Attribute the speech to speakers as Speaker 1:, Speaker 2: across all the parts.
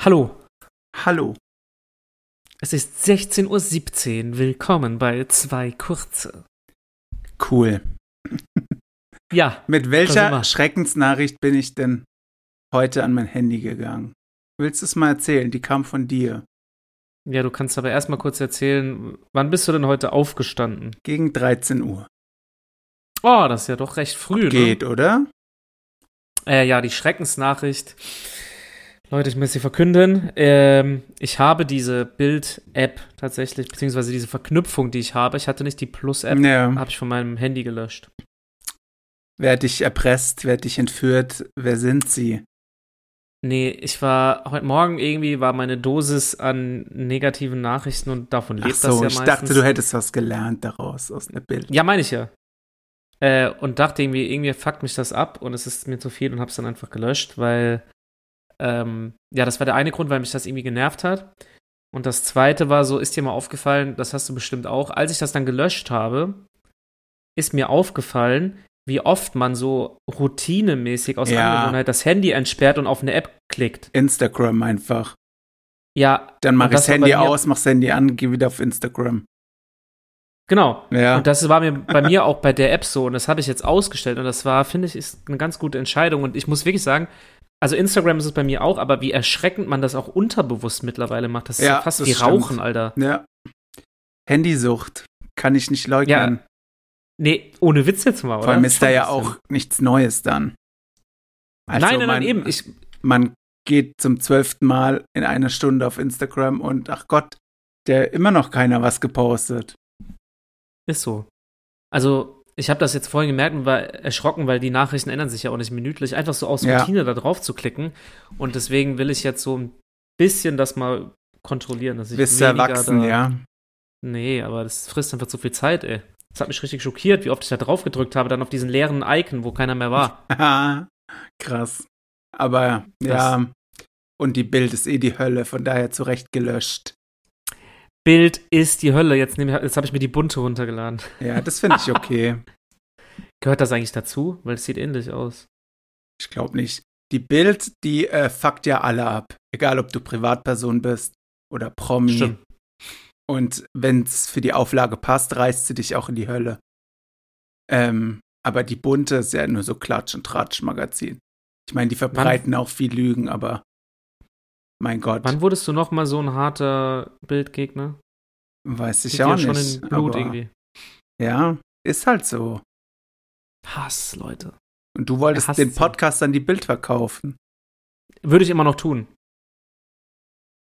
Speaker 1: Hallo,
Speaker 2: Hallo.
Speaker 1: es ist 16.17 Uhr. Willkommen bei zwei Kurze.
Speaker 2: Cool.
Speaker 1: Ja,
Speaker 2: Mit
Speaker 1: Da sind
Speaker 2: welcher
Speaker 1: wir.
Speaker 2: Schreckensnachricht bin ich denn heute an mein Handy gegangen? Willst du es mal erzählen? Die kam von dir.
Speaker 1: ja, du kannst aber erstmal kurz erzählen, wann bist du denn heute aufgestanden?
Speaker 2: Gegen 13 Uhr.
Speaker 1: Oh, das ist ja doch recht früh,
Speaker 2: Geht, oder?
Speaker 1: ne? Äh, ja, die Schreckensnachricht. Leute, ich muss sie verkünden. Ähm, ich habe diese Bild-App tatsächlich, beziehungsweise diese Verknüpfung, die ich habe. Ich hatte nicht die Plus-App,
Speaker 2: Ja.
Speaker 1: habe ich von meinem Handy gelöscht.
Speaker 2: Wer hat dich erpresst? Wer hat dich entführt? Wer sind sie?
Speaker 1: Nee, ich war heute Morgen irgendwie war meine Dosis an negativen Nachrichten und davon lebt
Speaker 2: Ach so,
Speaker 1: das
Speaker 2: ich
Speaker 1: ja meistens.
Speaker 2: dachte, du hättest was gelernt daraus, aus der Bild.
Speaker 1: ja, meine ich ja. Äh, und dachte irgendwie, irgendwie fuckt mich das ab und es ist mir zu viel und hab's dann einfach gelöscht, weil ähm, ja, das war der eine Grund, weil mich das irgendwie genervt hat. Und das zweite war so, ist dir mal aufgefallen, das hast du bestimmt auch, als ich das dann gelöscht habe, ist mir aufgefallen, wie oft man so routinemäßig aus
Speaker 2: Ja.
Speaker 1: Angewohnheit das Handy entsperrt und auf eine App klickt.
Speaker 2: Instagram einfach.
Speaker 1: Ja,
Speaker 2: Dann mach
Speaker 1: Und
Speaker 2: ich
Speaker 1: das
Speaker 2: das
Speaker 1: war
Speaker 2: Handy
Speaker 1: bei mir-
Speaker 2: aus, mach das Handy an, geh wieder auf Instagram.
Speaker 1: genau.
Speaker 2: Ja.
Speaker 1: Und das war mir bei mir auch bei der App so und das habe ich jetzt ausgestellt und das war, finde ich, ist eine ganz gute Entscheidung und ich muss wirklich sagen, also Instagram ist es bei mir auch, aber wie erschreckend man das auch unterbewusst mittlerweile macht, das ist
Speaker 2: Ja,
Speaker 1: ja fast
Speaker 2: das
Speaker 1: wie
Speaker 2: stimmt.
Speaker 1: Rauchen, Alter.
Speaker 2: ja. Handysucht. Kann ich nicht leugnen.
Speaker 1: Nee, ohne Witz jetzt mal, oder?
Speaker 2: Vor allem ist
Speaker 1: Schon
Speaker 2: da
Speaker 1: ein
Speaker 2: ja
Speaker 1: bisschen.
Speaker 2: auch nichts Neues dann. Also
Speaker 1: nein, nein, nein,
Speaker 2: man-
Speaker 1: eben. Ich,
Speaker 2: man geht zum zwölften Mal in einer Stunde auf Instagram und ach Gott, der immer noch keiner was gepostet.
Speaker 1: ist so. Also, ich habe das jetzt vorhin gemerkt und war erschrocken, weil die Nachrichten ändern sich ja auch nicht minütlich. Einfach so aus
Speaker 2: Ja.
Speaker 1: Routine da drauf zu klicken. Und deswegen will ich jetzt so ein bisschen das mal kontrollieren, dass ich
Speaker 2: Bist
Speaker 1: weniger
Speaker 2: erwachsen,
Speaker 1: da,
Speaker 2: ja.
Speaker 1: Nee, aber das frisst einfach zu viel Zeit, ey. Das hat mich richtig schockiert, wie oft ich da drauf gedrückt habe, dann auf diesen leeren Icon, wo keiner mehr war.
Speaker 2: Haha, Krass. Aber ja, und die Bild ist eh die Hölle, von daher zu Recht gelöscht.
Speaker 1: Bild ist die Hölle. Jetzt, nehm ich- jetzt habe ich mir die bunte runtergeladen.
Speaker 2: Ja, das finde ich okay.
Speaker 1: Gehört das eigentlich dazu? Weil es sieht ähnlich aus.
Speaker 2: Ich glaube nicht. Die Bild, die äh, fuckt ja alle ab. Egal, ob du Privatperson bist oder Promi.
Speaker 1: Stimmt.
Speaker 2: Und wenn es für die Auflage passt, reißt sie dich auch in die Hölle. Ähm, aber die bunte ist ja nur so Klatsch- und Tratsch-Magazin. Ich meine, die verbreiten auch viel Lügen, aber mein Gott,
Speaker 1: Wann wurdest du noch mal so ein harter Bildgegner?
Speaker 2: weiß ich
Speaker 1: Geht
Speaker 2: auch
Speaker 1: ja
Speaker 2: nicht.
Speaker 1: schon in Blut
Speaker 2: aber,
Speaker 1: irgendwie.
Speaker 2: Ja, ist halt so.
Speaker 1: Hass, Leute.
Speaker 2: Und du wolltest
Speaker 1: Er hasst
Speaker 2: den
Speaker 1: sie.
Speaker 2: Podcast an die Bild verkaufen.
Speaker 1: Würde ich immer noch tun.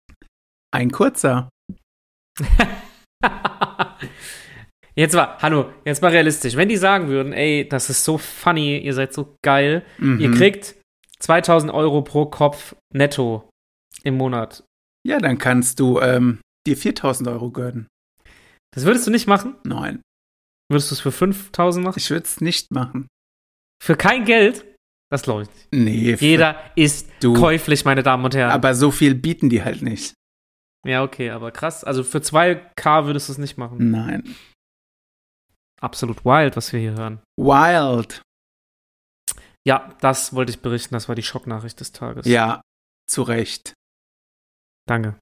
Speaker 2: Ein kurzer.
Speaker 1: jetzt mal, hallo, jetzt mal realistisch. Wenn die sagen würden, ey, das ist so funny, ihr seid so geil,
Speaker 2: Mhm.
Speaker 1: Ihr kriegt 2000 Euro pro Kopf netto im Monat.
Speaker 2: Ja, dann kannst du ähm, dir 4000 Euro gönnen.
Speaker 1: Das würdest du nicht machen?
Speaker 2: Nein,
Speaker 1: Würdest du es für 5000 machen?
Speaker 2: ich würde es nicht machen.
Speaker 1: Für kein Geld? Das glaube ich nicht.
Speaker 2: Nee, für-
Speaker 1: Jeder ist
Speaker 2: du.
Speaker 1: käuflich, meine Damen und Herren.
Speaker 2: Aber so viel bieten die halt nicht.
Speaker 1: ja, okay, aber krass. Also für 2K würdest du es nicht machen.
Speaker 2: Nein.
Speaker 1: Absolut wild, was wir hier hören.
Speaker 2: Wild.
Speaker 1: Ja, das wollte ich berichten. Das war die Schocknachricht des Tages.
Speaker 2: Ja, zu Recht.
Speaker 1: Danke.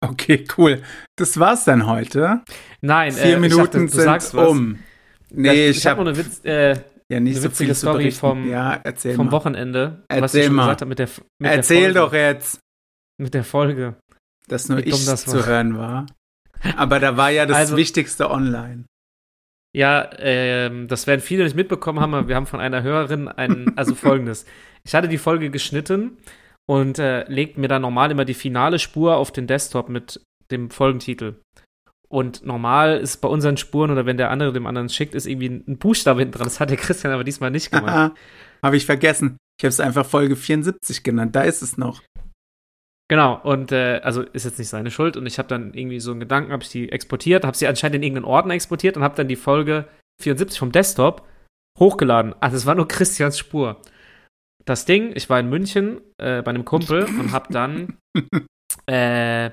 Speaker 2: Okay, cool. Das war's dann heute.
Speaker 1: Nein, äh,
Speaker 2: Vier
Speaker 1: ich
Speaker 2: Minuten
Speaker 1: dachte, du
Speaker 2: sind
Speaker 1: sagst was.
Speaker 2: um. Nee,
Speaker 1: Das-
Speaker 2: ich,
Speaker 1: ich habe
Speaker 2: habe
Speaker 1: noch eine Witz, äh,
Speaker 2: ja
Speaker 1: eine
Speaker 2: nicht so
Speaker 1: witzige
Speaker 2: viel
Speaker 1: Story
Speaker 2: zu berichten.
Speaker 1: vom-
Speaker 2: ja, erzähl
Speaker 1: vom
Speaker 2: mal.
Speaker 1: Wochenende, was ich
Speaker 2: Erzähl
Speaker 1: schon
Speaker 2: mal.
Speaker 1: gesagt habe mit der mit der
Speaker 2: erzähl
Speaker 1: Folge.
Speaker 2: doch jetzt,
Speaker 1: mit der Folge.
Speaker 2: dass nur
Speaker 1: Wie dumm
Speaker 2: ich
Speaker 1: das
Speaker 2: zu
Speaker 1: war.
Speaker 2: hören war. Aber da war ja das
Speaker 1: Also-
Speaker 2: Wichtigste online.
Speaker 1: Ja, ähm, das werden viele nicht mitbekommen haben, aber wir haben von einer Hörerin ein, also folgendes. Ich hatte die Folge geschnitten und äh, legt mir dann normal immer die finale Spur auf den Desktop mit dem Folgentitel. Und normal ist bei unseren Spuren oder wenn der andere dem anderen schickt, ist irgendwie ein ein Buchstabe hinten dran. Das hat der Christian aber diesmal nicht gemacht.
Speaker 2: habe ich vergessen. Ich habe es einfach Folge 74 genannt. Da ist es noch.
Speaker 1: genau, und äh, also ist jetzt nicht seine Schuld. Und ich habe dann irgendwie so einen Gedanken, habe ich die exportiert, habe sie anscheinend in irgendeinen Ordner exportiert und habe dann die Folge 74 vom Desktop hochgeladen. Also es war nur Christians Spur. Das Ding, ich war in München äh, bei einem Kumpel und hab dann äh,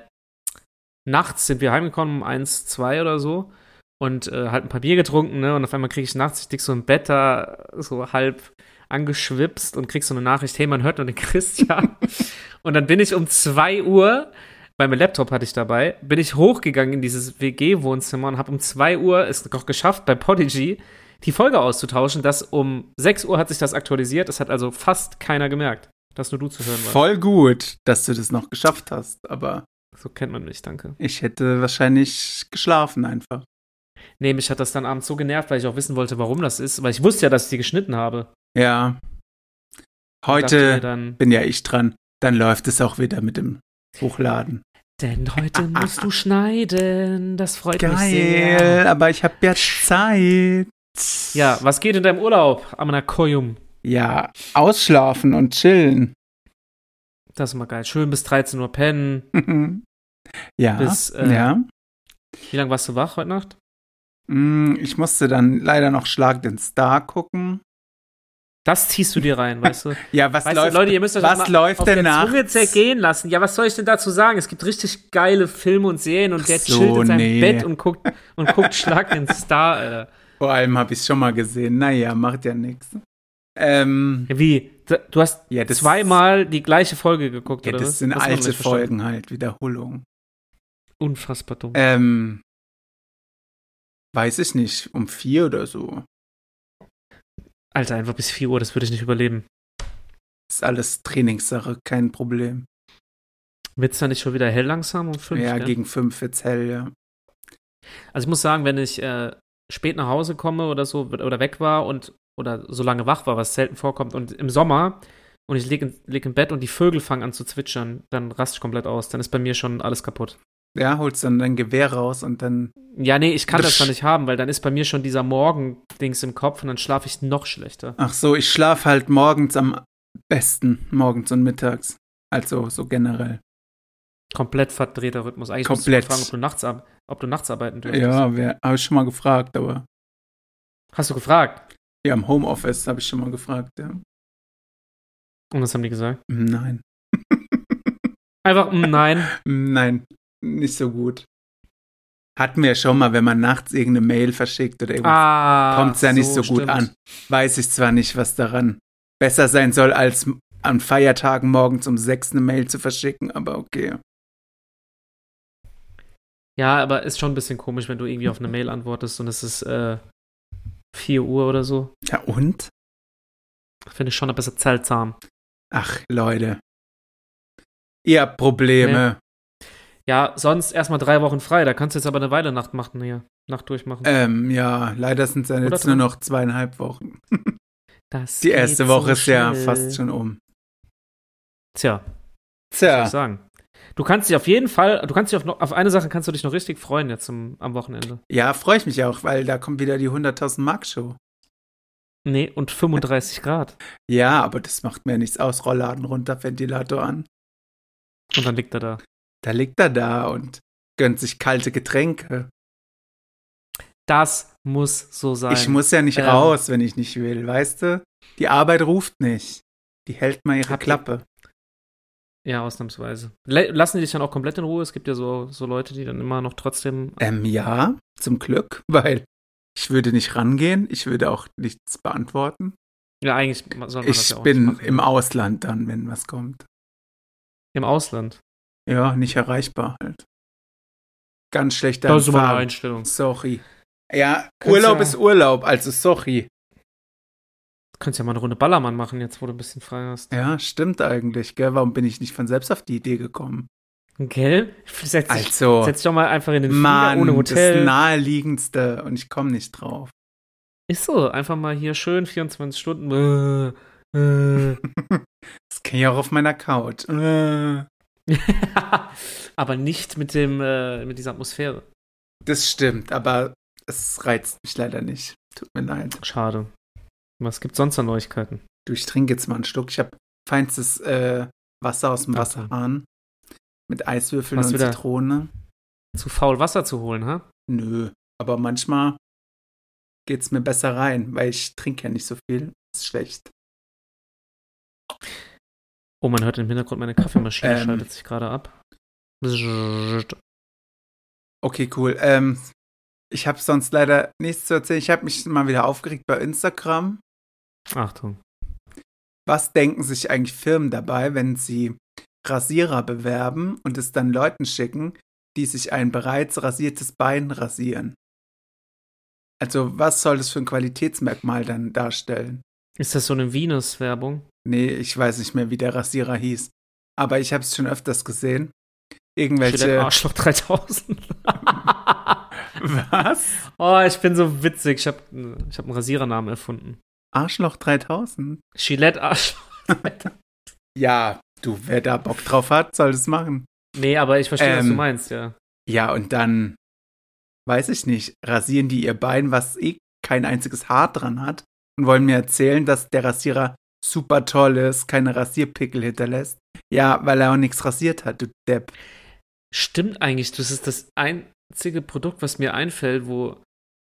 Speaker 1: nachts sind wir heimgekommen um 1, 2 oder so und äh, halt ein paar Bier getrunken, ne? Und auf einmal kriege ich nachts, ich lieg so im Bett da so halb angeschwipst und krieg so eine Nachricht, hey, man hört nur den Christian. Und dann bin ich um 2 Uhr, weil mein Laptop hatte ich dabei, bin ich hochgegangen in dieses WG-Wohnzimmer und habe um 2 Uhr es noch geschafft, bei Podigy die Folge auszutauschen. Das um 6 Uhr hat sich das aktualisiert. Es hat also fast keiner gemerkt, dass nur du zu hören warst.
Speaker 2: Voll gut, dass du das noch geschafft hast, aber
Speaker 1: So kennt man mich, danke.
Speaker 2: ich hätte wahrscheinlich geschlafen einfach.
Speaker 1: Nee, mich hat das dann abends so genervt, weil ich auch wissen wollte, warum das ist. Weil ich wusste ja, dass ich die geschnitten habe.
Speaker 2: Ja.
Speaker 1: Dachte mir
Speaker 2: Heute
Speaker 1: Dann,
Speaker 2: bin ja ich dran. Dann läuft es auch wieder mit dem Hochladen.
Speaker 1: Denn heute musst du schneiden. Das freut mich sehr.
Speaker 2: Geil, aber ich habe ja Zeit.
Speaker 1: Ja, was geht in deinem Urlaub? Amanakoyum.
Speaker 2: Ja, ausschlafen und chillen.
Speaker 1: Das ist immer geil. Schön bis 13 Uhr pennen.
Speaker 2: ja.
Speaker 1: Bis, äh,
Speaker 2: ja.
Speaker 1: Wie lange warst du wach heute Nacht?
Speaker 2: Mm, Ich musste dann leider noch Schlag den Star gucken.
Speaker 1: Das ziehst du dir rein, weißt du?
Speaker 2: Ja, was
Speaker 1: weißt
Speaker 2: läuft,
Speaker 1: du, Leute, ihr müsst euch das
Speaker 2: was
Speaker 1: mal
Speaker 2: läuft
Speaker 1: auf
Speaker 2: denn
Speaker 1: der
Speaker 2: nach?
Speaker 1: Zunge zergehen lassen. Ja, was soll ich denn dazu sagen? Es gibt richtig geile Filme und Serien und
Speaker 2: Ach
Speaker 1: der
Speaker 2: so,
Speaker 1: chillt in seinem
Speaker 2: nee.
Speaker 1: Bett und guckt, und guckt Schlag den Star, äh, Alter.
Speaker 2: Vor allem habe ich schon mal gesehen. Naja, macht ja nichts. Ähm,
Speaker 1: Wie? D- Du hast
Speaker 2: ja, das,
Speaker 1: zweimal die gleiche Folge geguckt,
Speaker 2: ja,
Speaker 1: oder? was?
Speaker 2: das sind
Speaker 1: Das hat man
Speaker 2: alte
Speaker 1: nicht verstanden.
Speaker 2: Folgen halt, Wiederholung.
Speaker 1: Unfassbar dumm.
Speaker 2: Ähm, weiß ich nicht, um vier oder so.
Speaker 1: Alter, einfach bis 4 Uhr, das würde ich nicht überleben.
Speaker 2: Ist alles Trainingssache, kein Problem.
Speaker 1: Wird's dann nicht schon wieder hell langsam um 5?
Speaker 2: ja,
Speaker 1: gell?
Speaker 2: gegen fünf wird's hell, ja.
Speaker 1: Also ich muss sagen, wenn ich äh, spät nach Hause komme oder so oder weg war und oder so lange wach war, was selten vorkommt und im Sommer und ich lieg, in, lieg im Bett und die Vögel fangen an zu zwitschern, dann raste ich komplett aus, dann ist bei mir schon alles kaputt.
Speaker 2: Ja, holst dann dein Gewehr raus und dann.
Speaker 1: Ja, nee, ich kann das
Speaker 2: Psch.
Speaker 1: gar nicht haben, weil dann ist bei mir schon dieser Morgen-Dings im Kopf und dann schlafe ich noch schlechter.
Speaker 2: Ach so, ich schlafe halt morgens am besten, morgens und mittags. Also so generell.
Speaker 1: Komplett verdrehter Rhythmus. Eigentlich musst
Speaker 2: Komplett.
Speaker 1: du mal fragen, ob du nachts, ar- ob du nachts arbeiten dürftest.
Speaker 2: Ja, wer, habe ich schon mal gefragt, aber
Speaker 1: Hast du gefragt?
Speaker 2: ja, im Homeoffice habe ich schon mal gefragt, ja.
Speaker 1: Und was haben die gesagt?
Speaker 2: Nein.
Speaker 1: Einfach, mm, nein.
Speaker 2: Nein, nicht so gut. Hatten wir ja schon mal, wenn man nachts irgendeine Mail verschickt oder irgendwas,
Speaker 1: ah,
Speaker 2: kommt's ja nicht so gut
Speaker 1: stimmt.
Speaker 2: an. weiß ich zwar nicht, was daran besser sein soll, als m- an Feiertagen morgens um sechs eine Mail zu verschicken, aber okay.
Speaker 1: Ja, aber ist schon ein bisschen komisch, wenn du irgendwie auf eine Mail antwortest und es ist äh, 4 Uhr oder so.
Speaker 2: Ja, und?
Speaker 1: Finde ich schon ein bisschen seltsam.
Speaker 2: Ach, Leute. Ihr habt Probleme.
Speaker 1: Ja, sonst erstmal drei Wochen frei, da kannst du jetzt aber eine Weile Nacht machen hier. Nacht durchmachen.
Speaker 2: Ähm, ja, leider sind es dann
Speaker 1: Oder
Speaker 2: jetzt
Speaker 1: drei.
Speaker 2: nur noch zweieinhalb Wochen.
Speaker 1: das
Speaker 2: Die erste
Speaker 1: geht
Speaker 2: Woche
Speaker 1: so
Speaker 2: ist ja
Speaker 1: schnell.
Speaker 2: fast schon um.
Speaker 1: Tja, muss ich
Speaker 2: Tja,
Speaker 1: sagen. Du kannst dich auf jeden Fall, du kannst dich auf, noch- auf eine Sache kannst du dich noch richtig freuen jetzt zum, am Wochenende.
Speaker 2: ja, freue ich mich auch, weil da kommt wieder die 100.000 Mark Show.
Speaker 1: Nee, und 35 Grad.
Speaker 2: Ja, aber das macht mir nichts aus. Rollladen runter, Ventilator an.
Speaker 1: Und dann liegt er da.
Speaker 2: Da liegt er da und gönnt sich kalte Getränke.
Speaker 1: Das muss so sein.
Speaker 2: Ich muss ja nicht
Speaker 1: Ähm.
Speaker 2: raus, wenn ich nicht will, weißt du? Die Arbeit ruft nicht. Die hält mal ihre
Speaker 1: Habt ihr-
Speaker 2: Klappe.
Speaker 1: ja, ausnahmsweise. Le lassen die dich dann auch komplett in Ruhe? Es gibt ja so, so Leute, die dann immer noch trotzdem
Speaker 2: Ähm, ja, zum Glück, weil ich würde nicht rangehen, ich würde auch nichts beantworten.
Speaker 1: Ja, eigentlich ma- soll man das
Speaker 2: Ich
Speaker 1: ja auch nicht
Speaker 2: bin
Speaker 1: machen.
Speaker 2: im Ausland dann, wenn was kommt.
Speaker 1: im Ausland.
Speaker 2: Ja, nicht erreichbar halt. Ganz schlechter
Speaker 1: Das ist aber eine
Speaker 2: Empfang.
Speaker 1: Einstellung.
Speaker 2: Sorry. Ja,
Speaker 1: Kannst
Speaker 2: Urlaub
Speaker 1: ja-
Speaker 2: ist Urlaub, also sorry.
Speaker 1: Du kannst ja mal eine Runde Ballermann machen, jetzt wo du ein bisschen frei hast.
Speaker 2: Ja, stimmt eigentlich, gell? Warum bin ich nicht von selbst auf die Idee gekommen?
Speaker 1: Gell? Setz dich,
Speaker 2: Also,
Speaker 1: setz dich doch mal einfach in den Flieger
Speaker 2: Mann,
Speaker 1: ohne
Speaker 2: das
Speaker 1: Hotel.
Speaker 2: naheliegendste und ich komme nicht drauf.
Speaker 1: Ist so, einfach mal hier schön 24 Stunden. Äh, äh.
Speaker 2: Das kann ich auch auf meiner Couch. Äh,
Speaker 1: Aber nicht mit dem äh, mit dieser Atmosphäre.
Speaker 2: Das stimmt, aber es reizt mich leider nicht. Tut mir leid.
Speaker 1: Schade. Was gibt's sonst an Neuigkeiten?
Speaker 2: Du, ich trinke jetzt mal einen Schluck. Ich habe feinstes äh, Wasser aus dem
Speaker 1: Ach,
Speaker 2: Wasserhahn mit Eiswürfeln
Speaker 1: Hast
Speaker 2: und
Speaker 1: du da-
Speaker 2: Zitrone.
Speaker 1: Zu faul Wasser zu holen, ha?
Speaker 2: Nö, aber manchmal geht's mir besser rein, weil ich trinke ja nicht so viel. Ist schlecht.
Speaker 1: Oh, man hört im Hintergrund meine Kaffeemaschine
Speaker 2: Ähm.
Speaker 1: schaltet sich gerade ab.
Speaker 2: Okay, cool. Ähm, ich habe sonst leider nichts zu erzählen. Ich habe mich mal wieder aufgeregt bei Instagram.
Speaker 1: Achtung.
Speaker 2: Was denken sich eigentlich Firmen dabei, wenn sie Rasierer bewerben und es dann Leuten schicken, die sich ein bereits rasiertes Bein rasieren. Also, was soll das für ein Qualitätsmerkmal dann darstellen?
Speaker 1: Ist das so eine Venus-Werbung?
Speaker 2: Nee, ich weiß nicht mehr, wie der Rasierer hieß. Aber ich habe es schon öfters gesehen. Irgendwelche.
Speaker 1: Arschloch 3000.
Speaker 2: Was?
Speaker 1: oh, ich bin so witzig. Ich habe ich hab einen Rasierernamen erfunden.
Speaker 2: Arschloch 3000?
Speaker 1: Gillette Arschloch.
Speaker 2: Ja, du, wer da Bock drauf hat, soll das machen.
Speaker 1: nee, aber ich verstehe, was
Speaker 2: Ähm.
Speaker 1: du meinst, ja.
Speaker 2: Ja, und dann, weiß ich nicht, rasieren die ihr Bein, was eh kein einziges Haar dran hat, und wollen mir erzählen, dass der Rasierer super toll ist, keine Rasierpickel hinterlässt. Ja, weil er auch nichts rasiert hat, du Depp.
Speaker 1: Stimmt eigentlich, das ist das einzige Produkt, was mir einfällt, wo.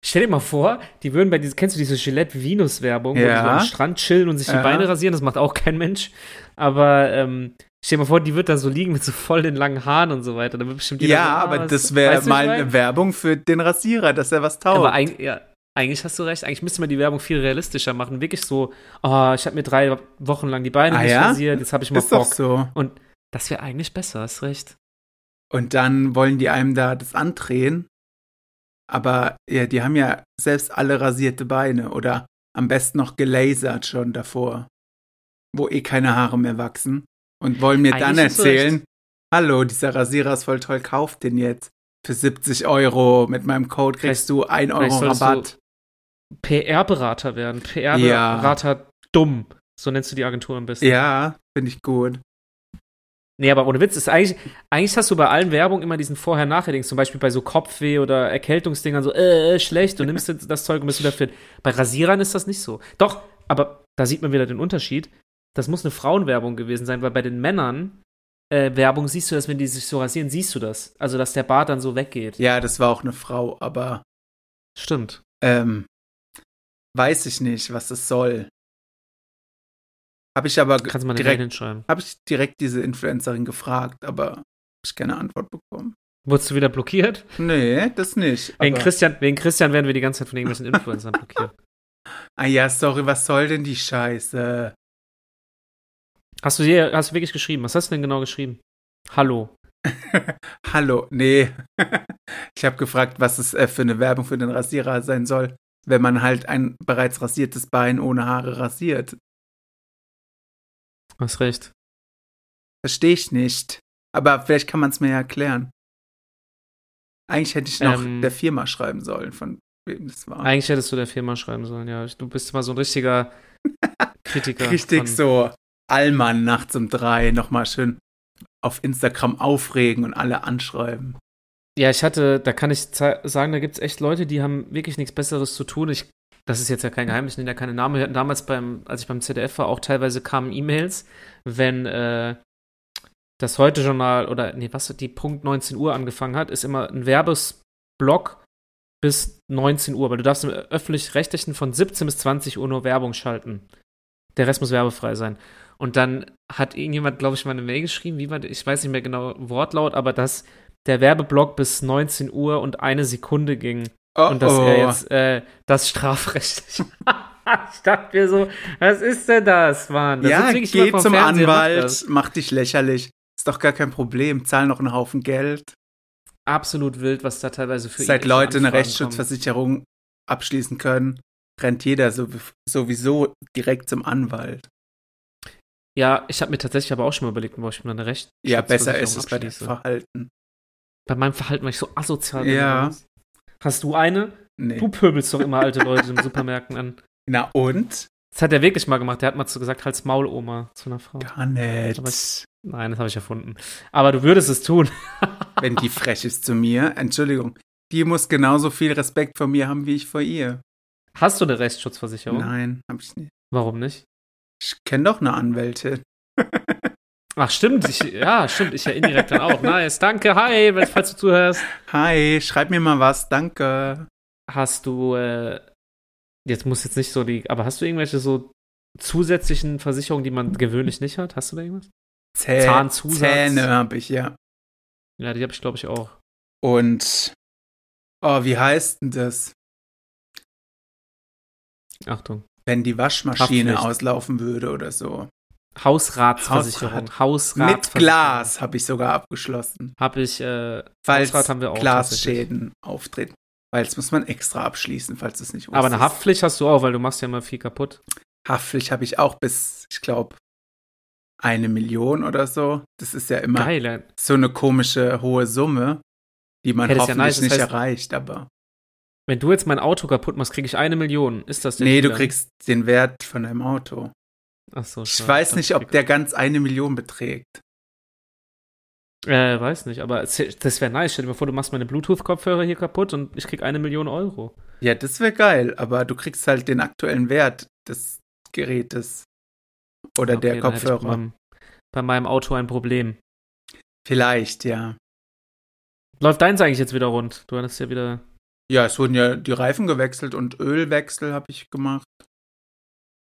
Speaker 1: Stell dir mal vor, die würden bei dieser, kennst du diese Gillette Venus-Werbung, wo die
Speaker 2: Ja.
Speaker 1: so am Strand chillen und sich
Speaker 2: Ja.
Speaker 1: die Beine rasieren, das macht auch kein Mensch. Aber ähm, stell dir mal vor, die wird da so liegen mit so voll den langen Haaren und so weiter. Da wird bestimmt jeder
Speaker 2: ja,
Speaker 1: so, ah,
Speaker 2: aber
Speaker 1: was-
Speaker 2: das wäre
Speaker 1: weißt du, was ich
Speaker 2: mal
Speaker 1: mein?
Speaker 2: eine Werbung für den Rasierer, dass er was taugt.
Speaker 1: Aber eig ja, eigentlich hast du recht. Eigentlich müsste man die Werbung viel realistischer machen. Wirklich so, oh, ich habe mir drei Wochen lang die Beine
Speaker 2: Ah,
Speaker 1: nicht
Speaker 2: ja?
Speaker 1: rasiert, jetzt habe ich mal
Speaker 2: ist doch
Speaker 1: Bock.
Speaker 2: so.
Speaker 1: Und das wäre eigentlich besser, hast recht.
Speaker 2: Und dann wollen die einem da das andrehen. Aber ja, die haben ja selbst alle rasierte Beine oder am besten noch gelasert schon davor, wo eh keine Haare mehr wachsen. Und wollen mir dann
Speaker 1: Eigentlich hast du
Speaker 2: erzählen,
Speaker 1: recht.
Speaker 2: hallo, dieser Rasierer ist voll toll, kauf den jetzt. Für 70 Euro mit meinem Code kriegst
Speaker 1: Vielleicht-
Speaker 2: du 1 Euro
Speaker 1: vielleicht solltest du
Speaker 2: Rabatt.
Speaker 1: PR-Berater werden. PR-Berater dumm. So nennst du die Agentur am besten.
Speaker 2: Ja, finde ich gut.
Speaker 1: Nee, aber ohne Witz ist eigentlich, eigentlich hast du bei allen Werbung immer diesen Vorher-Nachher-Dings, zum Beispiel bei so Kopfweh oder Erkältungsdingern, so, äh, äh, schlecht, du nimmst jetzt das Zeug und bist wieder fit. Bei Rasierern ist das nicht so. Doch, aber da sieht man wieder den Unterschied. Das muss eine Frauenwerbung gewesen sein, weil bei den Männern äh, Werbung siehst du das, wenn die sich so rasieren, siehst du das. Also, dass der Bart dann so weggeht.
Speaker 2: Ja, das war auch eine Frau, aber
Speaker 1: Stimmt.
Speaker 2: ähm, weiß ich nicht, was es soll. Habe ich aber
Speaker 1: Kannst du mal den
Speaker 2: direkt
Speaker 1: hinschreiben.
Speaker 2: habe ich direkt diese Influencerin gefragt, aber habe ich keine Antwort bekommen.
Speaker 1: Wurdest du wieder blockiert?
Speaker 2: Nee, das nicht.
Speaker 1: Wegen
Speaker 2: Aber,
Speaker 1: Christian, wegen Christian werden wir die ganze Zeit von irgendwelchen Influencern blockiert.
Speaker 2: ah ja, sorry, was soll denn die Scheiße?
Speaker 1: Hast du dir, hast du wirklich geschrieben? Was hast du denn genau geschrieben? Hallo.
Speaker 2: Hallo, nee. ich habe gefragt, was es äh, für eine Werbung für den Rasierer sein soll, wenn man halt ein bereits rasiertes Bein ohne Haare rasiert.
Speaker 1: Hast recht.
Speaker 2: Verstehe ich nicht. Aber vielleicht kann man es mir ja erklären. Eigentlich hätte ich noch
Speaker 1: Ähm.
Speaker 2: der Firma schreiben sollen, von wem das war.
Speaker 1: Eigentlich hättest du der Firma schreiben sollen, ja. Ich- Du bist mal so ein richtiger Kritiker.
Speaker 2: Richtig
Speaker 1: von-
Speaker 2: so Allmann nachts um drei nochmal schön auf Instagram aufregen und alle anschreiben.
Speaker 1: Ja, ich hatte, da kann ich ze- sagen, da gibt es echt Leute, die haben wirklich nichts Besseres zu tun. Ich, das ist jetzt ja kein Geheimnis, ich nenne ja keine Namen. Wir hatten damals beim, als ich beim ZDF war, auch teilweise kamen E-Mails, wenn äh, das Heute-Journal oder, nee, was, die Punkt 19 Uhr angefangen hat, ist immer ein Werbesblock bis 19 Uhr, weil du darfst im Öffentlich-Rechtlichen von 17 bis 20 Uhr nur Werbung schalten. Der Rest muss werbefrei sein. Und dann hat irgendjemand, glaube ich, mal eine Mail geschrieben, wie war, die- ich weiß nicht mehr genau Wortlaut, aber dass der Werbeblock bis 19 Uhr und eine Sekunde ging
Speaker 2: Oh,
Speaker 1: und dass
Speaker 2: oh.
Speaker 1: er jetzt äh, das strafrechtlich. ich dachte mir so, was ist denn das, Mann? Das
Speaker 2: ja,
Speaker 1: sitzt wirklich jemand
Speaker 2: geh
Speaker 1: vom
Speaker 2: zum
Speaker 1: Fernseher, macht
Speaker 2: Anwalt,
Speaker 1: das.
Speaker 2: mach, dich lächerlich. Ist doch gar kein Problem, zahl noch einen Haufen Geld.
Speaker 1: Absolut wild, was da teilweise für
Speaker 2: Seit
Speaker 1: irgendwelche
Speaker 2: Leute eine
Speaker 1: Anfragen
Speaker 2: Rechtsschutzversicherung abschließen können, rennt jeder so- sowieso direkt zum Anwalt.
Speaker 1: kommen. Ja, ich habe mir tatsächlich aber auch schon mal überlegt, wo ich mir eine Recht.
Speaker 2: Ja, besser ist es bei dem
Speaker 1: Verhalten.
Speaker 2: Verhalten.
Speaker 1: Bei meinem Verhalten war ich so asozial.
Speaker 2: Ja.
Speaker 1: gewesen. Hast du eine?
Speaker 2: Nee.
Speaker 1: Du pöbelst doch immer alte Leute in Supermärkten an.
Speaker 2: Na und?
Speaker 1: Das hat er wirklich mal gemacht. Der hat mal so gesagt, halt's Maul, Oma, zu einer Frau.
Speaker 2: Gar
Speaker 1: Aber
Speaker 2: nicht.
Speaker 1: Nein, das habe ich erfunden. Aber du würdest es tun.
Speaker 2: Wenn die frech ist zu mir, Entschuldigung, die muss genauso viel Respekt vor mir haben, wie ich vor ihr.
Speaker 1: Hast du eine Rechtsschutzversicherung?
Speaker 2: Nein, hab ich nicht.
Speaker 1: Warum nicht?
Speaker 2: Ich kenne doch eine Anwältin.
Speaker 1: Ach, stimmt. Ich, ja, stimmt. Ich ja indirekt dann auch. Nice. Danke. Hi, wenn- falls du zuhörst.
Speaker 2: Hi, schreib mir mal was, danke.
Speaker 1: Hast du, äh, jetzt muss jetzt nicht so die, aber hast du irgendwelche so zusätzlichen Versicherungen, die man gewöhnlich nicht hat? Hast du da irgendwas?
Speaker 2: Zäh
Speaker 1: Zahnzusatz.
Speaker 2: Zähne habe ich, ja.
Speaker 1: Ja, die habe ich, glaube ich, auch.
Speaker 2: Und, oh, wie heißt denn das?
Speaker 1: Achtung.
Speaker 2: Wenn die Waschmaschine
Speaker 1: Haftpflicht.
Speaker 2: auslaufen würde oder so.
Speaker 1: Hausratsversicherung.
Speaker 2: Hausrat.
Speaker 1: Hausrat.
Speaker 2: Mit Glas habe ich sogar abgeschlossen.
Speaker 1: Habe ich, äh,
Speaker 2: Falls
Speaker 1: Hausrat haben wir auch
Speaker 2: Glasschäden auftreten. Weil das muss man extra abschließen, falls es nicht
Speaker 1: aber eine
Speaker 2: wusstest.
Speaker 1: Haftpflicht hast du auch, weil du machst ja immer viel kaputt.
Speaker 2: Haftpflicht habe ich auch bis, ich glaube, eine Million oder so. Das ist ja immer
Speaker 1: Geil, ey.
Speaker 2: so eine komische hohe Summe, die man
Speaker 1: Ja, das ist ja
Speaker 2: hoffentlich
Speaker 1: nice, das
Speaker 2: nicht
Speaker 1: heißt-
Speaker 2: erreicht, aber.
Speaker 1: Wenn du jetzt mein Auto kaputt machst, krieg ich eine Million. Ist das denn?
Speaker 2: Nee, du
Speaker 1: dann?
Speaker 2: kriegst den Wert von deinem Auto.
Speaker 1: Oh, Ach so,
Speaker 2: Ich
Speaker 1: schade.
Speaker 2: weiß
Speaker 1: Dann
Speaker 2: nicht, ob
Speaker 1: krieg-
Speaker 2: der ganz eine Million beträgt.
Speaker 1: Äh, weiß nicht, aber es- das wäre nice. Stell dir mal vor, du machst meine Bluetooth-Kopfhörer hier kaputt und ich krieg eine Million Euro.
Speaker 2: Ja, das wäre geil, aber du kriegst halt den aktuellen Wert des Gerätes oder
Speaker 1: Okay,
Speaker 2: der
Speaker 1: dann hätte ich Bei
Speaker 2: Kopfhörer.
Speaker 1: meinem, bei meinem Auto ein Problem.
Speaker 2: Vielleicht, ja.
Speaker 1: Läuft deins eigentlich jetzt wieder rund? Du hattest ja wieder.
Speaker 2: Ja, es wurden ja die Reifen gewechselt und Ölwechsel habe ich gemacht.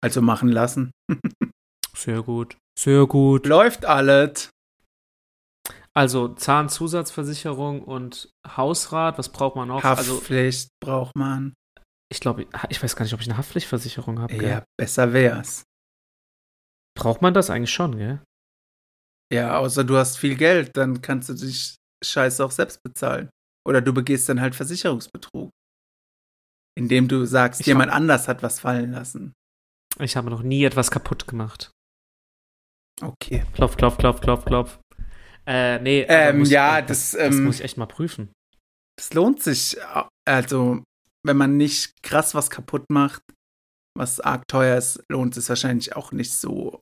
Speaker 2: Also machen lassen.
Speaker 1: Sehr gut. Sehr gut.
Speaker 2: Läuft alles.
Speaker 1: Also Zahnzusatzversicherung und Hausrat, was braucht man noch? Also
Speaker 2: Haftpflicht braucht man.
Speaker 1: ich glaube, ich weiß gar nicht, ob ich eine Haftpflichtversicherung habe. gell?
Speaker 2: Ja, besser wär's.
Speaker 1: Braucht man das eigentlich schon, gell?
Speaker 2: Ja, außer du hast viel Geld, dann kannst du dich Scheiße auch selbst bezahlen. Oder du begehst dann halt Versicherungsbetrug. Indem du sagst,
Speaker 1: Ich
Speaker 2: jemand anders hat was fallen lassen.
Speaker 1: Ich habe noch nie etwas kaputt gemacht.
Speaker 2: Okay.
Speaker 1: Klopf, klopf, klopf, klopf, klopf. Äh, nee. aber
Speaker 2: Ähm,
Speaker 1: muss-
Speaker 2: ja,
Speaker 1: das,
Speaker 2: das,
Speaker 1: das
Speaker 2: ähm,
Speaker 1: muss ich echt mal prüfen.
Speaker 2: das lohnt sich. Also, wenn man nicht krass was kaputt macht, was arg teuer ist, lohnt es wahrscheinlich auch nicht so.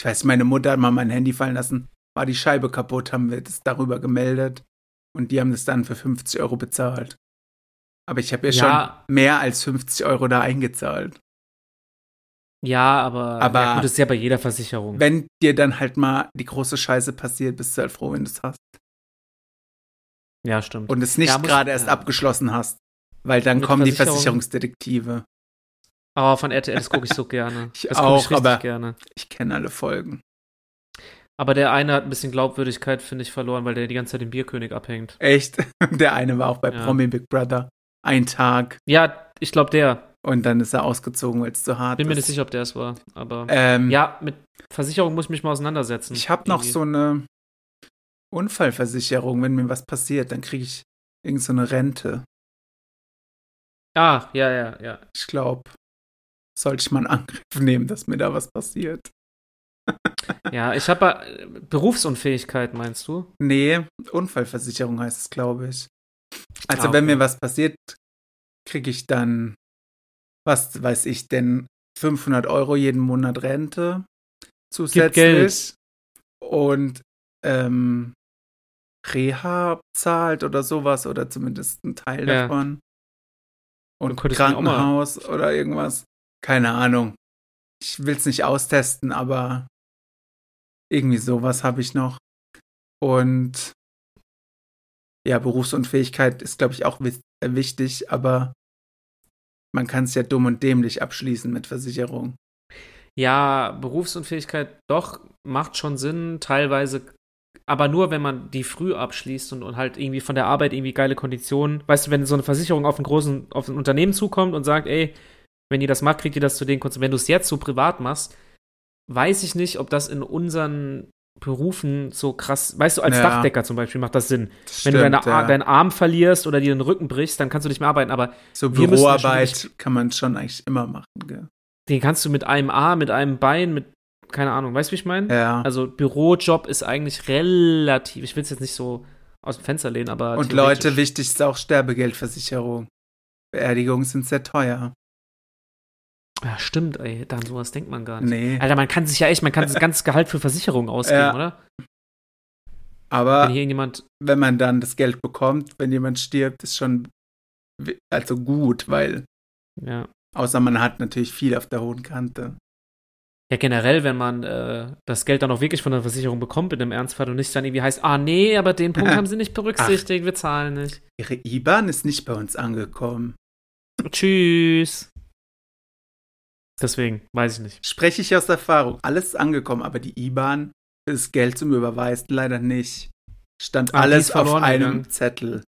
Speaker 2: Ich weiß, meine Mutter hat mal mein Handy fallen lassen, war die Scheibe kaputt, haben wir das darüber gemeldet und die haben das dann für 50 Euro bezahlt. Aber ich habe ihr
Speaker 1: Ja.
Speaker 2: schon mehr als 50 Euro da eingezahlt.
Speaker 1: Ja, aber,
Speaker 2: Aber-
Speaker 1: ja, gut, das ist ja bei jeder Versicherung.
Speaker 2: Wenn dir dann halt mal die große Scheiße passiert, bist du halt froh, wenn du es hast.
Speaker 1: ja, stimmt.
Speaker 2: Und es nicht
Speaker 1: Ja, muss-
Speaker 2: gerade erst
Speaker 1: ja.
Speaker 2: abgeschlossen hast. Weil dann
Speaker 1: Mit
Speaker 2: kommen die
Speaker 1: Versicherung-
Speaker 2: Versicherungsdetektive.
Speaker 1: Oh, von RTL, das gucke ich so gerne.
Speaker 2: Ich
Speaker 1: das gucke ich
Speaker 2: auch,
Speaker 1: richtig
Speaker 2: aber-
Speaker 1: gerne.
Speaker 2: Ich kenne alle Folgen.
Speaker 1: Aber der eine hat ein bisschen Glaubwürdigkeit, finde ich, verloren, weil der die ganze Zeit den Bierkönig abhängt.
Speaker 2: Echt? Der eine war auch bei
Speaker 1: Ja.
Speaker 2: Promi Big Brother. Ein Tag
Speaker 1: Ja, ich glaube, der.
Speaker 2: und dann ist er ausgezogen, weil es zu hart
Speaker 1: Bin mir nicht
Speaker 2: ist.
Speaker 1: sicher, ob der es war. Aber
Speaker 2: Ähm,
Speaker 1: ja, mit Versicherung muss ich mich mal auseinandersetzen.
Speaker 2: Ich habe noch
Speaker 1: Irgendwie.
Speaker 2: so eine Unfallversicherung. Wenn mir was passiert, dann kriege ich irgend so eine Rente.
Speaker 1: Ah, ja, ja, ja.
Speaker 2: Ich glaube, sollte ich mal einen Angriff nehmen, dass mir da was passiert.
Speaker 1: Ja, ich habe Berufsunfähigkeit, meinst du?
Speaker 2: Nee, Unfallversicherung heißt es, glaube ich. Also
Speaker 1: Ah,
Speaker 2: wenn
Speaker 1: okay.
Speaker 2: mir was passiert, kriege ich dann, was weiß ich denn, 500 Euro jeden Monat Rente zusätzlich.
Speaker 1: Geld.
Speaker 2: Und ähm, Reha zahlt oder sowas oder zumindest ein Teil
Speaker 1: Ja.
Speaker 2: davon. Und
Speaker 1: könntest mir auch mal-
Speaker 2: Krankenhaus oder irgendwas. Keine Ahnung. Ich will es nicht austesten, aber irgendwie sowas habe ich noch. Und ja, Berufsunfähigkeit ist, glaube ich, auch wis- äh, wichtig, aber man kann es ja dumm und dämlich abschließen mit Versicherung.
Speaker 1: Ja, Berufsunfähigkeit doch macht schon Sinn, teilweise, aber nur wenn man die früh abschließt und, und halt irgendwie von der Arbeit irgendwie geile Konditionen. Weißt du, wenn so eine Versicherung auf einen großen, auf ein Unternehmen zukommt und sagt, ey, wenn ihr das macht, kriegt ihr das zu den Konditionen. Wenn du es jetzt so privat machst, weiß ich nicht, ob das in unseren Berufen so krass, weißt du, als
Speaker 2: Ja.
Speaker 1: Dachdecker zum Beispiel macht das Sinn.
Speaker 2: Das
Speaker 1: Wenn du
Speaker 2: stimmt,
Speaker 1: deine, Ar-
Speaker 2: ja.
Speaker 1: deinen Arm verlierst oder dir den Rücken brichst, dann kannst du nicht mehr arbeiten, aber
Speaker 2: so
Speaker 1: wir müssen ja schon
Speaker 2: Büroarbeit kann man schon eigentlich immer machen. Gell?
Speaker 1: den kannst du mit einem Arm, mit einem Bein, mit, keine Ahnung, weißt du, wie ich meine?
Speaker 2: Ja.
Speaker 1: Also Bürojob ist eigentlich relativ, ich will es jetzt nicht so aus dem Fenster lehnen, aber
Speaker 2: und
Speaker 1: Also theoretisch-
Speaker 2: Leute, wichtig ist auch Sterbegeldversicherung. Beerdigungen sind sehr teuer.
Speaker 1: ja, stimmt, ey, dann sowas denkt man gar nicht.
Speaker 2: Nee,
Speaker 1: Alter, man kann sich ja echt, man kann das ganze Gehalt für Versicherung ausgeben,
Speaker 2: Ja.
Speaker 1: oder? Wenn
Speaker 2: aber
Speaker 1: hier irgendjemand,
Speaker 2: wenn man dann das Geld bekommt, wenn jemand stirbt, ist schon wi- also gut, weil
Speaker 1: ja.
Speaker 2: außer man hat natürlich viel auf der hohen Kante.
Speaker 1: Ja, generell, wenn man äh, das Geld dann auch wirklich von der Versicherung bekommt in einem Ernstfall und nicht dann irgendwie heißt, ah nee, aber den Punkt haben sie nicht berücksichtigt, wir zahlen nicht.
Speaker 2: Ihre IBAN ist nicht bei uns angekommen.
Speaker 1: Tschüss. Deswegen, weiß ich nicht.
Speaker 2: Spreche ich aus Erfahrung. Alles ist angekommen, aber die IBAN für das Geld zum Überweisen leider nicht. Stand
Speaker 1: Ah, die
Speaker 2: alles
Speaker 1: ist
Speaker 2: auf
Speaker 1: verloren
Speaker 2: einem
Speaker 1: gegangen.
Speaker 2: Zettel.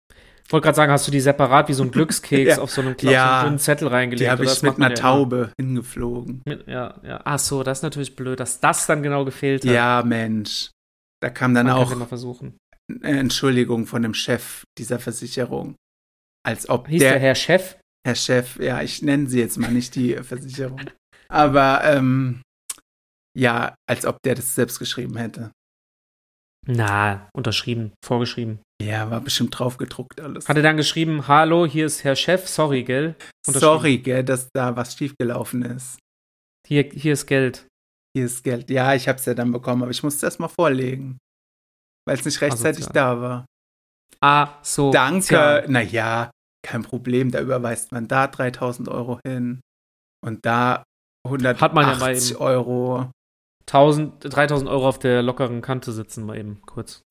Speaker 1: wollte gerade sagen, hast du die separat wie so ein Glückskeks
Speaker 2: Ja.
Speaker 1: auf so einem kleinen
Speaker 2: Ja.
Speaker 1: Zettel reingelegt?
Speaker 2: Die habe
Speaker 1: oder?
Speaker 2: ich
Speaker 1: Das
Speaker 2: mit
Speaker 1: macht man
Speaker 2: einer
Speaker 1: ja
Speaker 2: Taube hingeflogen.
Speaker 1: immer. Mit- Ja, ja. Ach so, das ist natürlich blöd, dass das dann genau gefehlt hat.
Speaker 2: Ja, Mensch. Da kam dann
Speaker 1: Man kann
Speaker 2: auch
Speaker 1: ja mal versuchen.
Speaker 2: eine Entschuldigung von dem Chef dieser Versicherung. Als ob
Speaker 1: Hieß der,
Speaker 2: der,
Speaker 1: Herr Chef?
Speaker 2: Herr Chef, ja, ich nenne sie jetzt mal nicht die Versicherung. Aber ähm, ja, als ob der das selbst geschrieben hätte.
Speaker 1: Na, unterschrieben, vorgeschrieben.
Speaker 2: Ja, war bestimmt draufgedruckt alles.
Speaker 1: Hat er dann geschrieben, hallo, hier ist Herr Chef, sorry, gell? unterschrieben.
Speaker 2: Sorry, gell, dass da was schiefgelaufen ist.
Speaker 1: Hier, hier ist Geld.
Speaker 2: Hier ist Geld. Ja, ich hab's ja dann bekommen, aber ich musste erst mal vorlegen. Weil es nicht rechtzeitig
Speaker 1: Asozial.
Speaker 2: da war.
Speaker 1: Ah, so.
Speaker 2: Danke.
Speaker 1: tja.
Speaker 2: Naja, kein Problem. Da überweist man da 3000 Euro hin. Und da 180
Speaker 1: Hat man ja mal eben.
Speaker 2: Euro.
Speaker 1: 1000, 3000 Euro auf der lockeren Kante sitzen, mal eben kurz.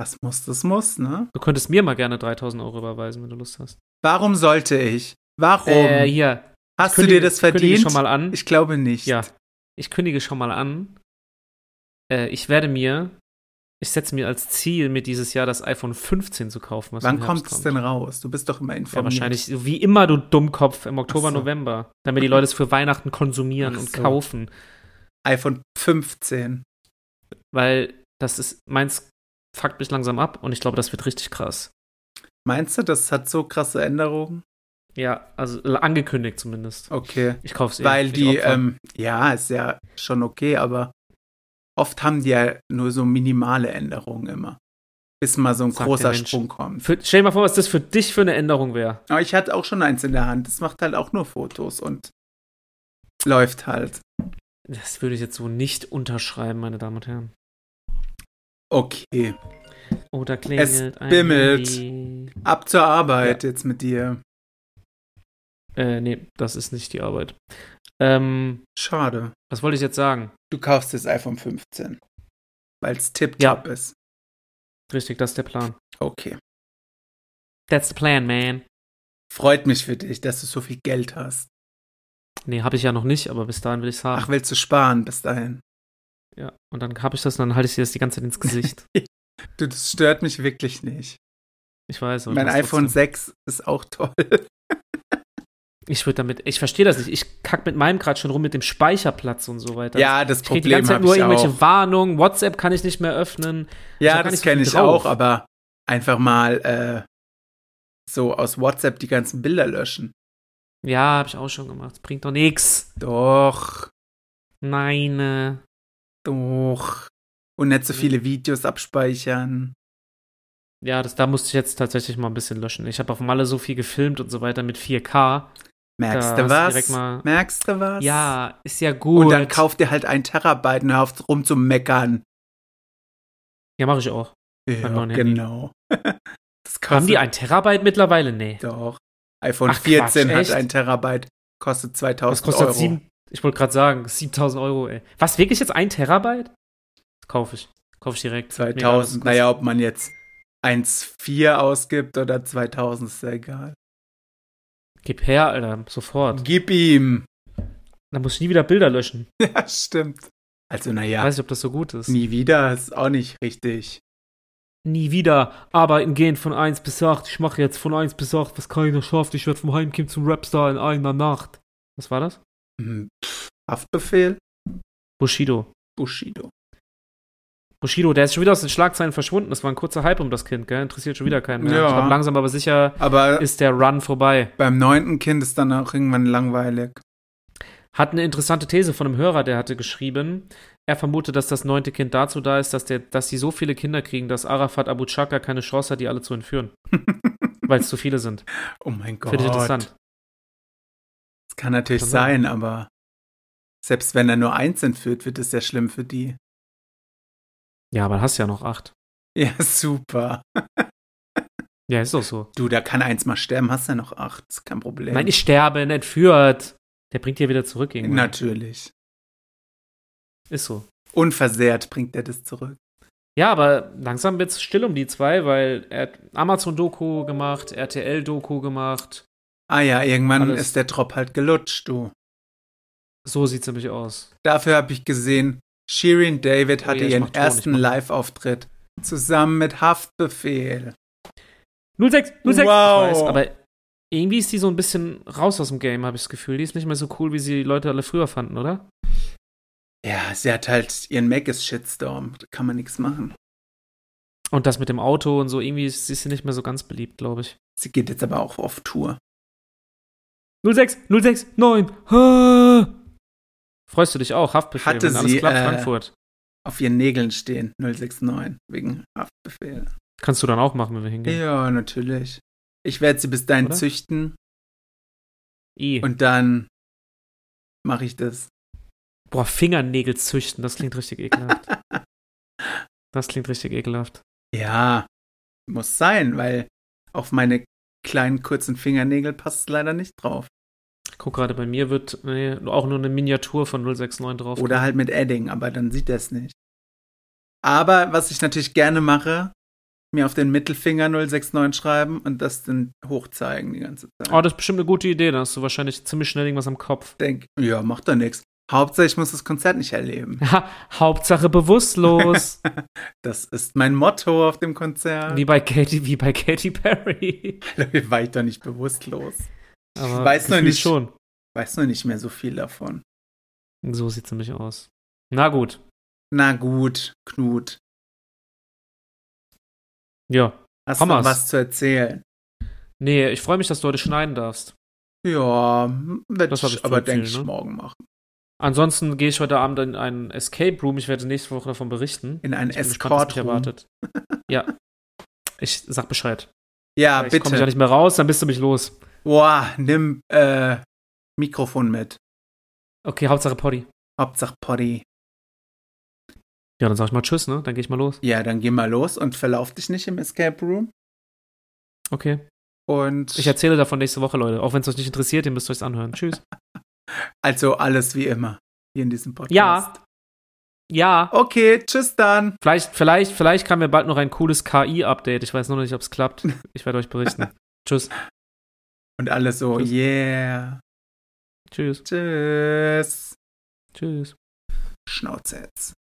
Speaker 2: Das muss, das muss, ne?
Speaker 1: Du könntest mir mal gerne 3000 Euro überweisen, wenn du Lust hast.
Speaker 2: Warum sollte ich? Warum?
Speaker 1: Äh, hier.
Speaker 2: Ähm, Hast
Speaker 1: ich
Speaker 2: du dir das
Speaker 1: Ich kündige
Speaker 2: verdient?
Speaker 1: schon mal an.
Speaker 2: ich glaube nicht.
Speaker 1: ja. Ich kündige schon mal an. Äh, ich werde mir, ich setze mir als Ziel, mir dieses Jahr das iPhone 15 zu kaufen. Was
Speaker 2: Wann
Speaker 1: im Herbst
Speaker 2: kommt es denn raus? Du bist doch immer
Speaker 1: Ja,
Speaker 2: informiert.
Speaker 1: wahrscheinlich, so wie immer, du Dummkopf, im Oktober,
Speaker 2: Ach so.
Speaker 1: November. Damit die Leute es für Weihnachten konsumieren
Speaker 2: Ach
Speaker 1: und
Speaker 2: so.
Speaker 1: kaufen.
Speaker 2: iPhone 15.
Speaker 1: Weil das ist, meins fuckt mich langsam ab und ich glaube, das wird richtig krass.
Speaker 2: Meinst du, das hat so krasse Änderungen?
Speaker 1: Ja, also l- angekündigt zumindest.
Speaker 2: Okay.
Speaker 1: Ich kaufe es eh.
Speaker 2: Weil
Speaker 1: ich
Speaker 2: die,
Speaker 1: opfer.
Speaker 2: ähm, ja, ist ja schon okay, aber oft haben die ja nur so minimale Änderungen immer. Bis mal so ein
Speaker 1: Sagt der
Speaker 2: großer
Speaker 1: Mensch.
Speaker 2: Sprung kommt.
Speaker 1: Für, stell dir mal vor, was das für dich für eine Änderung wäre.
Speaker 2: Aber ich hatte auch schon eins in der Hand. Das macht halt auch nur Fotos und läuft halt.
Speaker 1: Das würde ich jetzt so nicht unterschreiben, meine Damen und Herren.
Speaker 2: Okay.
Speaker 1: Oh, da klingelt ein
Speaker 2: bimmelt.
Speaker 1: Handy.
Speaker 2: Ab zur Arbeit jetzt mit dir.
Speaker 1: Äh, nee, das ist nicht die Arbeit. Ähm,
Speaker 2: Schade.
Speaker 1: was wollte ich jetzt sagen?
Speaker 2: Du kaufst das iPhone 15. Weil es tipptopp ist.
Speaker 1: Richtig, das ist der Plan.
Speaker 2: Okay.
Speaker 1: That's the plan, man.
Speaker 2: Freut mich für dich, dass du so viel Geld hast.
Speaker 1: Nee, habe ich ja noch nicht, aber bis dahin will ich es haben.
Speaker 2: Ach, willst du sparen bis dahin?
Speaker 1: Ja. Und dann habe ich das und dann halte ich dir das die ganze Zeit ins Gesicht.
Speaker 2: Du, das stört mich wirklich nicht.
Speaker 1: Ich weiß. aber
Speaker 2: Mein
Speaker 1: das
Speaker 2: iPhone
Speaker 1: trotzdem.
Speaker 2: 6 ist auch toll.
Speaker 1: Ich würde damit, ich verstehe das nicht. Ich kack mit meinem gerade schon rum mit dem Speicherplatz und so weiter.
Speaker 2: ja, das
Speaker 1: ich krieg die ganze Zeit
Speaker 2: Problem habe
Speaker 1: nur
Speaker 2: ich
Speaker 1: irgendwelche
Speaker 2: auch.
Speaker 1: Warnungen. WhatsApp kann ich nicht mehr öffnen. hab
Speaker 2: Ja,
Speaker 1: gar
Speaker 2: das
Speaker 1: nicht so
Speaker 2: kenne
Speaker 1: viel
Speaker 2: ich
Speaker 1: drauf.
Speaker 2: auch, aber einfach mal äh, so aus WhatsApp die ganzen Bilder löschen.
Speaker 1: Ja, habe ich auch schon gemacht. Bringt doch nix.
Speaker 2: Doch,
Speaker 1: Nein. Äh,
Speaker 2: doch. Und nicht so viele Videos abspeichern.
Speaker 1: ja, das, da musste ich jetzt tatsächlich mal ein bisschen löschen. Ich habe auf Malle so viel gefilmt und so weiter mit 4K.
Speaker 2: Merkst
Speaker 1: Da
Speaker 2: du
Speaker 1: hast du direkt
Speaker 2: was?
Speaker 1: mal-
Speaker 2: Merkst du was?
Speaker 1: Ja, ist ja gut.
Speaker 2: Und dann kauf dir halt ein Terabyte und hör auf rum zu meckern.
Speaker 1: Ja, mache ich auch.
Speaker 2: Ja,
Speaker 1: neuen Handy.
Speaker 2: genau. das kostet
Speaker 1: Haben die ein Terabyte mittlerweile? Nee.
Speaker 2: doch. iPhone
Speaker 1: Ach, Quatsch,
Speaker 2: 14 hat
Speaker 1: echt?
Speaker 2: ein Terabyte, kostet 2000
Speaker 1: Das kostet
Speaker 2: Euro.
Speaker 1: sieben. Ich wollte gerade sagen, 7000 Euro, ey. Was, wirklich jetzt ein Terabyte? Das kaufe ich. Kaufe ich direkt.
Speaker 2: 2000,
Speaker 1: Mega,
Speaker 2: naja, ob man jetzt 1,4 ausgibt oder 2000, ist ja egal.
Speaker 1: Gib her, Alter, sofort.
Speaker 2: Gib ihm.
Speaker 1: Dann muss ich nie wieder Bilder löschen.
Speaker 2: Ja, stimmt. Also, naja,
Speaker 1: Weiß nicht, ob das so gut ist.
Speaker 2: nie wieder ist auch nicht richtig.
Speaker 1: Nie wieder arbeiten gehen von 1 bis 8. Ich mache jetzt von 1 bis 8, was keiner schafft. Ich werde vom Heimkind zum Rapstar in einer Nacht. Was war das?
Speaker 2: Hm, pff, Haftbefehl?
Speaker 1: Bushido.
Speaker 2: Bushido.
Speaker 1: Bushido, der ist schon wieder aus den Schlagzeilen verschwunden. Das war ein kurzer Hype um das Kind, gell? Interessiert schon wieder keinen mehr.
Speaker 2: Ja.
Speaker 1: Ich glaube, langsam aber sicher
Speaker 2: Aber
Speaker 1: ist der Run vorbei.
Speaker 2: beim neunten Kind ist dann auch irgendwann langweilig.
Speaker 1: hat eine interessante These von einem Hörer, der hatte geschrieben, er vermutet, dass das neunte Kind dazu da ist, dass, der, dass sie so viele Kinder kriegen, dass Arafat Abu Chaka keine Chance hat, die alle zu entführen, weil es zu viele sind.
Speaker 2: oh mein Gott.
Speaker 1: Finde ich interessant.
Speaker 2: Das kann natürlich
Speaker 1: Kann sein.
Speaker 2: sein, aber selbst wenn er nur eins entführt, wird es ja schlimm für die.
Speaker 1: Ja, aber dann hast du ja noch acht.
Speaker 2: Ja, super.
Speaker 1: Ja, ist doch so.
Speaker 2: Du, da kann eins mal sterben, hast ja noch acht. Ist kein Problem.
Speaker 1: Nein, ich sterbe, entführt. Der bringt dir wieder zurück irgendwann.
Speaker 2: Natürlich.
Speaker 1: Ist so.
Speaker 2: Unversehrt bringt er das zurück.
Speaker 1: Ja, aber langsam wird's still um die zwei, weil er hat Amazon-Doku gemacht, RTL-Doku gemacht.
Speaker 2: Ah ja, irgendwann
Speaker 1: Alles.
Speaker 2: ist der Drop halt gelutscht, du.
Speaker 1: So sieht's nämlich aus.
Speaker 2: Dafür habe ich gesehen, Shirin David
Speaker 1: Oh
Speaker 2: hatte
Speaker 1: ja, ich mach
Speaker 2: ihren
Speaker 1: Ton, ich
Speaker 2: ersten
Speaker 1: mach-
Speaker 2: Live-Auftritt zusammen mit Haftbefehl.
Speaker 1: 06, 06.
Speaker 2: Wow.
Speaker 1: Ich weiß, aber irgendwie ist die so ein bisschen raus aus dem Game, habe ich das Gefühl. Die ist nicht mehr so cool, wie sie die Leute alle früher fanden, oder?
Speaker 2: Ja, sie hat halt ihren Mac ist Shitstorm. Da kann man nichts machen.
Speaker 1: Und das mit dem Auto und so, irgendwie ist, ist sie nicht mehr so ganz beliebt, glaube ich.
Speaker 2: Sie geht jetzt aber auch auf Tour.
Speaker 1: 06, 06, 9. Ah. Freust du dich auch? Haftbefehl,
Speaker 2: Hatte
Speaker 1: wenn alles
Speaker 2: sie,
Speaker 1: klappt,
Speaker 2: äh,
Speaker 1: Frankfurt.
Speaker 2: Auf ihren Nägeln stehen. 069 wegen Haftbefehl.
Speaker 1: Kannst du dann auch machen, wenn wir hingehen.
Speaker 2: Ja, natürlich. Ich werde sie bis dahin
Speaker 1: Oder?
Speaker 2: züchten
Speaker 1: I.
Speaker 2: und dann mache ich das.
Speaker 1: Boah, Fingernägel züchten, das klingt richtig ekelhaft. das klingt richtig ekelhaft.
Speaker 2: Ja, muss sein, weil auf meine kleinen kurzen Fingernägel passt es leider nicht drauf.
Speaker 1: Ich guck gerade, bei mir wird nee, auch nur eine Miniatur von 069 drauf.
Speaker 2: Oder halt mit Edding, aber dann sieht er es nicht. Aber was ich natürlich gerne mache, mir auf den Mittelfinger 069 schreiben und das dann hochzeigen die ganze Zeit.
Speaker 1: Oh, das ist bestimmt eine gute Idee, da hast du wahrscheinlich ziemlich schnell irgendwas am Kopf.
Speaker 2: Denk, ja, macht doch nichts. Hauptsache, ich muss das Konzert nicht erleben.
Speaker 1: Ha, Hauptsache bewusstlos.
Speaker 2: Das ist mein Motto auf dem Konzert.
Speaker 1: wie, bei Katy, wie bei Katy Perry.
Speaker 2: Dabei war ich doch nicht bewusstlos.
Speaker 1: Aber
Speaker 2: weiß noch
Speaker 1: gefühlt
Speaker 2: nicht.
Speaker 1: schon.
Speaker 2: Weiß nur nicht mehr so viel davon.
Speaker 1: So sieht's nämlich aus. Na gut.
Speaker 2: Na gut, Knut.
Speaker 1: Ja.
Speaker 2: Hast
Speaker 1: Hammers.
Speaker 2: du was zu erzählen?
Speaker 1: Nee, ich freue mich, dass du heute schneiden darfst.
Speaker 2: Ja, werd
Speaker 1: Das hab ich
Speaker 2: ich
Speaker 1: zu
Speaker 2: aber
Speaker 1: erzählen,
Speaker 2: denke ich
Speaker 1: ne?
Speaker 2: morgen machen.
Speaker 1: Ansonsten gehe ich heute Abend in einen Escape Room. Ich werde nächste Woche davon berichten.
Speaker 2: In einen
Speaker 1: Ich bin gespannt, was mich
Speaker 2: Escort Room.
Speaker 1: erwartet. Ja. Ich sag Bescheid.
Speaker 2: Ja,
Speaker 1: ich komme
Speaker 2: Ah, bitte.
Speaker 1: ja nicht mehr raus, dann bist du mich los.
Speaker 2: Boah, nimm äh, Mikrofon mit.
Speaker 1: Okay, Hauptsache Potti.
Speaker 2: Hauptsache Potty.
Speaker 1: Ja, dann sag ich mal Tschüss, ne? Dann gehe ich mal los.
Speaker 2: Ja, dann geh mal los und verlauf dich nicht im Escape Room.
Speaker 1: Okay.
Speaker 2: Und
Speaker 1: Ich erzähle davon nächste Woche, Leute. Auch wenn es euch nicht interessiert, ihr müsst euch anhören. Tschüss.
Speaker 2: also alles wie immer hier in diesem Podcast.
Speaker 1: Ja. Ja.
Speaker 2: Okay, tschüss dann.
Speaker 1: Vielleicht, vielleicht, vielleicht kann mir bald noch ein cooles KI-Update. Ich weiß noch nicht, ob es klappt. Ich werde euch berichten. Tschüss.
Speaker 2: Und alle so,
Speaker 1: Tschüss.
Speaker 2: yeah.
Speaker 1: Tschüss.
Speaker 2: Tschüss.
Speaker 1: Tschüss.
Speaker 2: Schnauze jetzt.